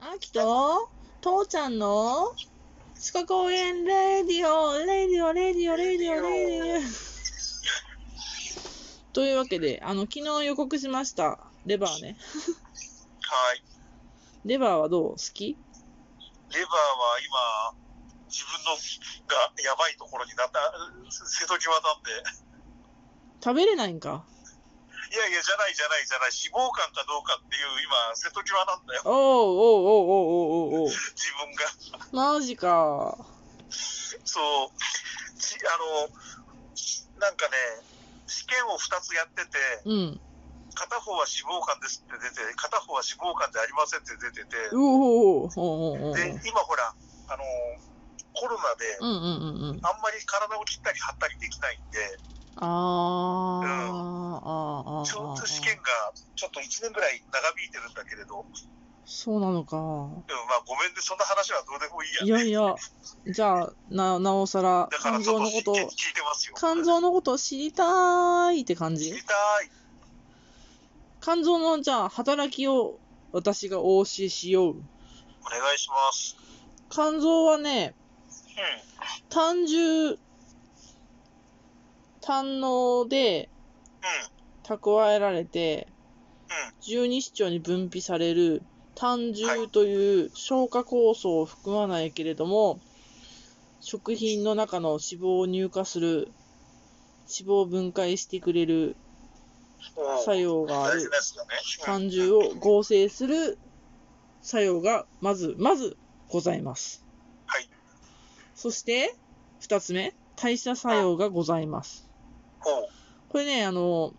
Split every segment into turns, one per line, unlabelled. あきと、父ちゃんの、四国公園レディオ、レディオ、レディオ、レディオ、レディオ。というわけで、あの、昨日予告しました。レバーね。
はい。
レバーはどう好き
レバーは今、自分のがやばいところになった、瀬戸際なんで。
食べれないんか。
いやいや、じゃないじゃないじゃない、脂肪肝かどうかっていう、今、瀬戸際なんだよ、
おうおうおうおうおうおうおう。
自分が。
マジか。
そう、ちあの、なんかね、試験を2つやってて、
うん。
片方は脂肪肝ですって出て、片方は脂肪肝じゃありませんって出てて、
うおうおうおうおうおうおう。
で、今ほら、あの、コロナで
う、んうんうんうん。
あんまり体を切ったり張ったりできないんで、
あー、あー、あー。
ちょう
あ
ど
ー
試験がちょっと1年ぐらい長引いてるんだけれど、
そうなのか。
でもまあごめんね、そんな話はどうでもいいや。
いやいや、じゃあ、な、なおさら
だ、から
肝
ちょ
臓
っ
のこ
と聞
と、
いてますよ。
肝臓のことを知りたーいって感
知
じ
りたい。
肝臓の、じゃあ、働きを私がお教えしよう。
お願いします。
肝臓はね、
う
単純、単能で
ん。うん。
蓄えられて
うん、
十二指腸に分泌される、単重という消化酵素を含まないけれども、食品の中の脂肪を乳化する、脂肪を分解してくれる作用があ
大事
る
なやつだね。
単重を合成する作用がまず、まずございます。
はい。
そして、二つ目、代謝作用がございます。
ほう。
これね、あの、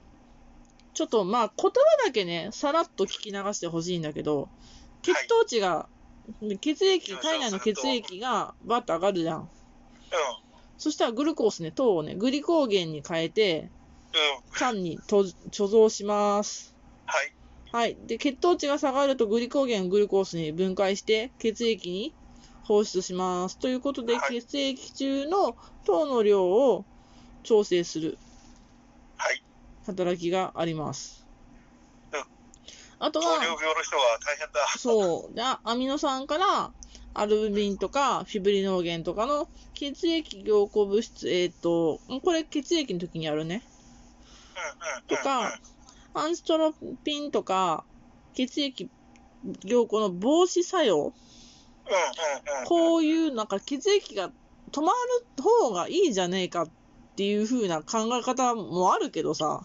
ちょっとまあ言葉だけね、さらっと聞き流してほしいんだけど、血糖値が、血液、
上昇
体内の
すると
血液がバッと上がるじゃん。
う
そしたらグルコースね、糖をね、グリコーゲンに変えて、
ん。うん。
缶にと貯蔵します。
はい。
はい。で、血糖値が下がるとグリコーゲンをグルコースに分解して、血液に放出します。ということで、
はい
血液中の糖の量を調整する
はい。
働きがあります。
うん
あと
糖
は、
尿病の人は大変だ。
そう、であアミノ酸からアルブミンとかフィブリノーゲンとかの血液凝固物質、えっ、と、これ血液の時にやるね。
うん
と
うん。
か、アンストロピンとか、血液凝固の防止作用、
うんうんうん。
こういうなんか血液が止まる方がいいじゃねえかっていう風な考え方もあるけどさ、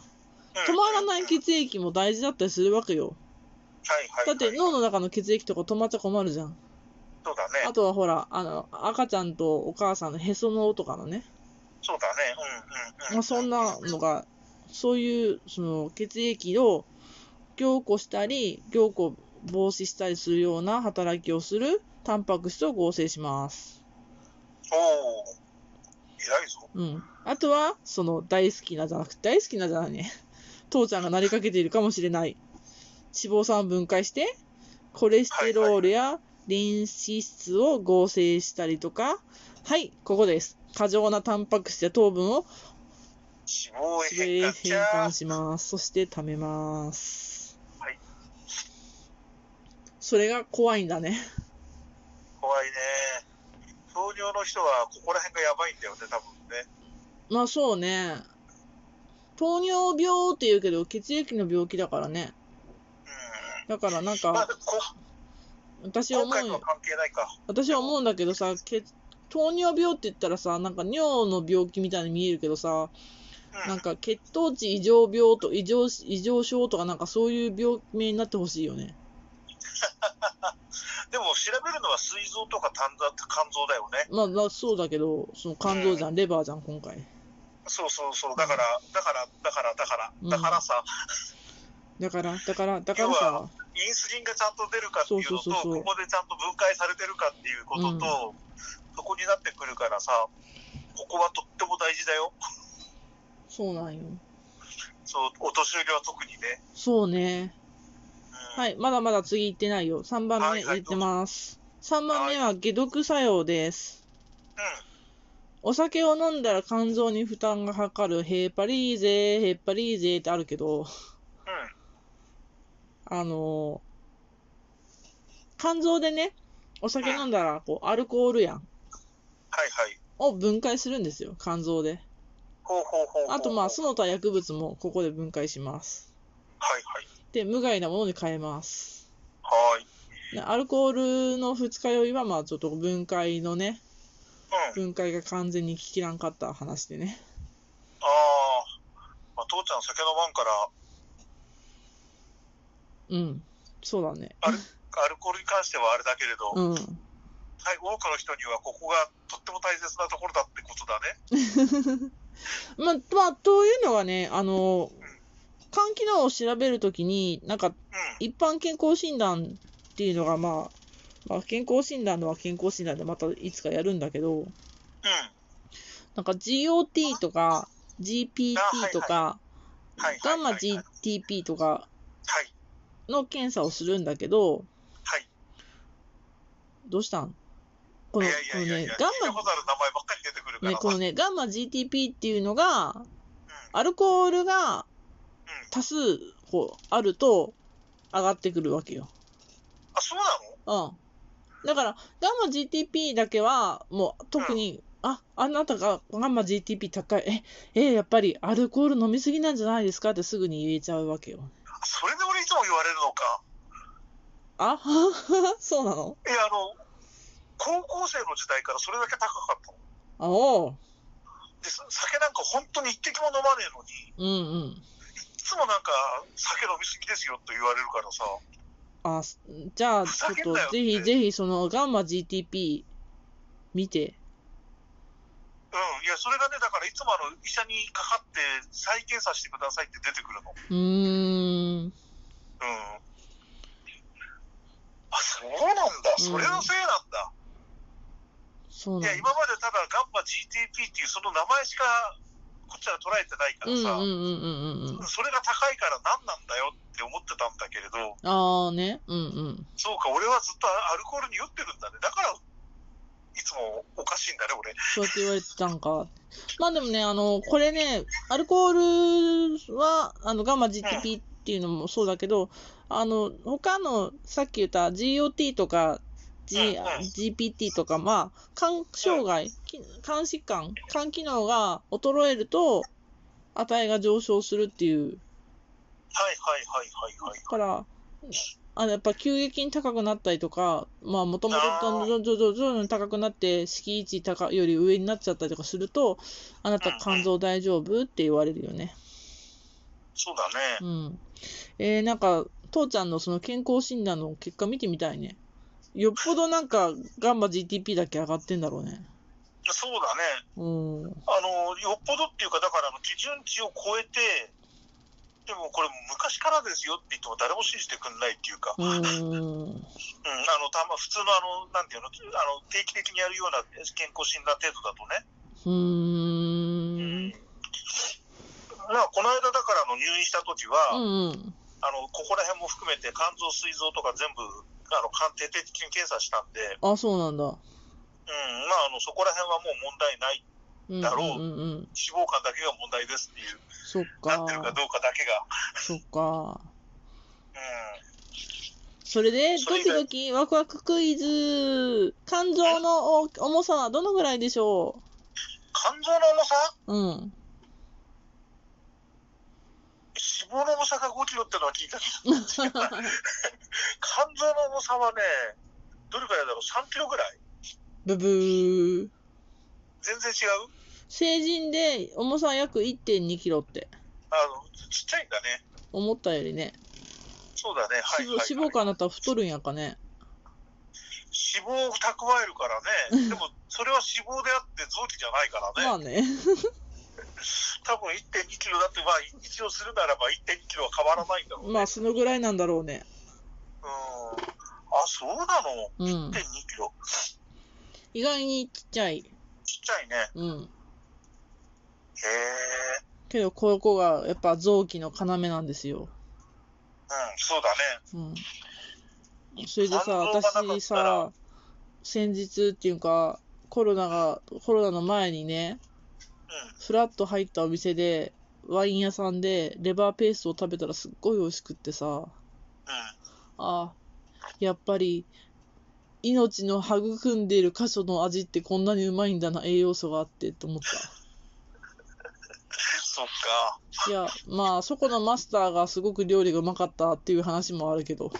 止まらない血液も大事だったりするわけよ。
はいはい。
だって脳の中の血液とか止まっちゃ困るじゃん。
そうだ
あ
ね。
とはほら、あの、赤ちゃんとお母さんのへその緒とかのね、
そうだね。うんうんうん。
まあ、そんなのが、そういう、その、血液を凝固したり、凝固防止したりするような働きをする、タンパク質を合成します。
おお。偉いぞ。
うん。あとは、その、大好きなじゃなくて、大好きなじゃないね。 父ちゃんがなりかけているかもしれない。脂肪酸を分解して、コレステロールやリン脂質を合成したりとか、はい、ここです。過剰なタンパク質や糖分を
脂肪へ変
変
換ちゃ
換
ー。
します。そして貯めます。
はい。
それが怖いんだね。
怖いね。糖尿の人はここら辺がやばいんだよね、多分ね。
まあそうね。糖尿病って言うけど、血液の病気だからね。
う
だからなん
ん。まあ、
か、
こ
私は
今
思
回と
う
は
よ、
関係ないか。
私は思うんだけどさ、血糖尿病って言ったらさ、なんか尿の病気みたいに見えるけどさ、
うん。
なんか血糖値異常病と異常、異常症とかなんかそういう病名になってほしいよね。
でも調べるのは膵臓とか胆臓肝臓だよね。
まあ、まあそうだけど、その肝臓じゃん、レバーじゃん、今回。
そうそうそう。だから、だから、だから、だから、
うん
だからさ、
だから、だから、だから
要
さ
は、インスリンがちゃんと出るかっていうのと、
そうそうそうそう
ここでちゃんと分解されてるかっていうことと、そこになってくるからさ、ここはとっても大事だよ。
そうなんよ。
そう、お年寄りは特にね。
そうね。
うん、
はい、まだまだ次行ってないよ。3番
は
目
いはい
言ってます。3番目は解毒作用です。
う
お酒を飲んだら肝臓に負担がかかるヘパリーゼ、ヘパリーゼってあるけど、
ん。うん。
あの肝臓でね、お酒飲んだら、こう、アルコールやん
はいはい。
を分解するんですよ、肝臓で。
ほうほうほうほう。
あと、まあ、その他薬物もここで分解します。
はいはい。
で、無害なものに変えます。
はーい。
でアルコールの二日酔いは、まあ、ちょっと分解のね、
うん。
分解が完全に効きらんかった話でね。
ああ。まあ、父ちゃん酒飲まんから、
うん。そうだね。
アルアルコールに関してはあれだけれど、
うん。
はい、多くの人にはここがとっても大切なところだってことだね。
まあ、まあ、というのがね、あの、肝機能を調べるときに、なんか、
うん。
一般健康診断っていうのが、まあ、まあ、健康診断のは健康診断でまたいつかやるんだけど、
うん。
なんか GOT とか GPT とか、
はい。
ガンマ
はいはいはい
GTP とか
はい。
の検査をするんだけど、
はい。
どうしたんこの、
い
こ
や
の
いやいやい
ね
や、、
ガン
聞いたことある名前ばっかり出てくるか
マ、
ら
ね、このね、ガンマ GTP っていうのが、
うん。
アルコールが
うん。
多数、こう、あると上がってくるわけよ。
あ、そうな
う
の
ん。だから、ガンマ GTP だけは、もう特に、あ、あなたがガンマ GTP 高い、え、え、やっぱりアルコール飲みすぎなんじゃないですかってすぐに言えちゃうわけよ。
あそれで俺いつも言われるのか。
あ そうなの
え、あの、高校生の時代からそれだけ高かったの。
あおう。
で、さ酒なんか本当に一滴も飲まねえのに、
うんうん。
いつもなんか酒飲みすぎですよと言われるからさ。
あ、すじゃあ、
ふ
ち
ざけんな
ょ
よ
っ
っ
と、
て
ぜひぜひ、その、ガンマ GTP 見て。
うん、いや、それがね、だからいつもあの医者にかかって再検査してくださいって出てくるの。う
う
ん。
ーん。
あ、そうなんだ。それのせいなんだ。
そう
いや、
なんだ。
今までただガンマ GTP っていうその名前しかこっちは捉えてないか
う
ら
んうん
さ、
うんうんうんうん。
それが高いから何なんだよって思ってたんだけれど、
ああね。うんうん。
そうか、俺はずっとアルコールに酔ってるんだね。だから、いつもおかしいんだね、俺。
そうやって言われてたんか。まあでもね、あの、これね、アルコールは、あの、ガンマ GTP っていうのもそうだけど、あの、他の、さっき言った GOT とか、
うんう
G
ん
GPT とか、まあ、肝障害、き肝疾患、肝機能が衰えると、値が上昇するっていう。
はいはいはいはいはい。
だから、あのやっぱ急激に高くなったりとか、まあ、もとも
あー
と徐々徐々徐々に高くなって、敷地高より上になっちゃったりとかすると、あなた肝臓大丈夫って言われるよね。
そうだ
う
ね。
ん。えー、なんか、父ちゃんのその健康診断の結果見てみたいね。よっぽどなんか、ガンマ GTP だけ上がってんだろうね。
そうだね。
うん。うん
あのよっぽどっていうか、だからあの基準値を超えて、でもこれ、昔からですよって言っても、誰も信じてくんないっていうか、うん、あ。のたま普通のあのなんていうのあの、定期的にやるような健康診断程度だとね、
うーん。
まあこの間、だからあの入院した時
う
は、
んうん。
あのここら辺も含めて、肝臓、膵臓とか全部、あの鑑定定期的に検査したんで、
あ、そうなんだ。
うんまあ、あのそこら辺はもう問題ない、
うん
だろう
うんうんうん。
脂肪肝だけが問題ですっていう、
そっ
な
か
って。るかどうかだけが。
そっか。
うん
それで、
そ
ド
れ以
キ
外
ドキワクワククイズ。肝臓のお重さはどのぐらいでしょ
肝臓の重さ
ううん。
脂肪の重さが5キロってのは聞いたけど、肝臓の重さはね、どれくらいだろう、3キロぐらい
ブブー。
全然違う
成人で重さ約1.2キロって。
あの、ちっちゃいんだね。
思ったよりね。
そうだね、はい、
脂
はいはい。
肪脂肪肝だったら太るんやかね。
脂肪を蓄えるからね、でもそれは脂肪であって臓器じゃないから
まあ
ね、
ね。
多分1.2キロだって、まあ、一応するならば1.2キロは変わらないんだろうね。
まあ、そのぐらいなんだろうね。
うん。あ、そうなの
うん。
?1.2 キロ。
意外にちっちゃい。
ちっちゃいね。
うん。
へえ。
けど、ここがやっぱ臓器の要なんですよ。
うん、そうだね。
うん。それでさ、
肝臓がなかったら
私さ、先日っていうか、コロナが、コロナの前にね、
うん。
フラッと入ったお店で、ワイン屋さんでレバーペーストを食べたらすっごい美味しくってさ、
うん。
あやっぱり、命の育んでいる箇所の味ってこんなにうまいんだな、栄養素があってって思っ
そっか。
た。いや、まあ、そこのマスターがすごく料理がうまかったっていう話もあるけど、
うんう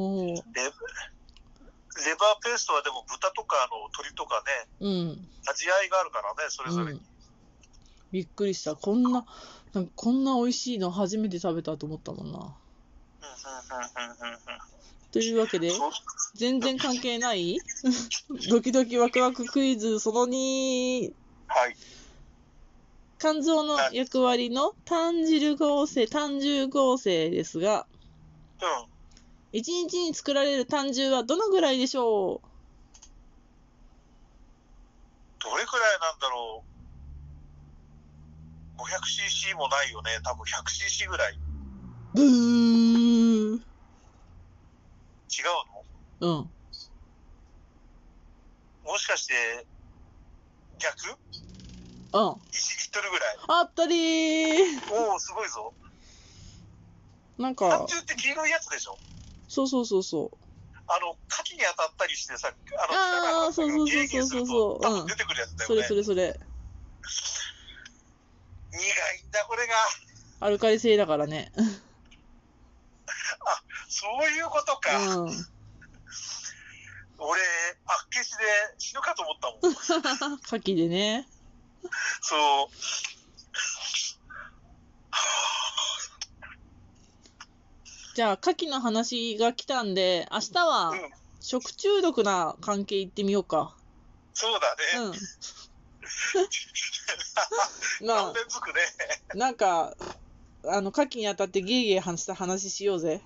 んうん。
も
レレバーペーストはでも豚とかあの鶏とかね、
う、うん、
味合いがあるからね、それ
う
ぞれに。
ん。びっくりした。こんな、なんかこんな美味しいの初めて食べたと思ったもんな。
うんうんうんうんうんうん
というわけで、
そう
全然関係ない ドキドキワクワククイズその2。
はい。
肝臓の役割の単汁合成、単重合成ですが、
うん。
1日に作られる単重はどのぐらいでしょう
どれくらいなんだろう。500cc もないよね。多分 100cc ぐらい。違う
ブーう
の
ん。
もしかして、逆 ?1
うん。
リットルぐらい。
あったりー
おお、すごいぞ。
なん
単
か、
純って黄色いやつでしょ
そうそうそうそう。
あの、牡蠣に当たったりしてさ、あ
あ
の、
ーそうそうそうそうそう
ギリギリすると多分出てくるやつだ
そ
よ
れ
ね
そ。れそれ。
苦いんだ、これが。
アルカリ性だからね。
そういうことか。
うん。
俺、あっけしで死ぬかと思ったもん。
牡蠣でね。
そう。
じゃあ、牡蠣の話が来たんで、明日は
うん
食中毒な関係行ってみようか。
そうだ
うん。
ね。
ま
何
あ、
連続ね。
なんか、あの、牡蠣に当たってゲーゲー話した話しようぜ。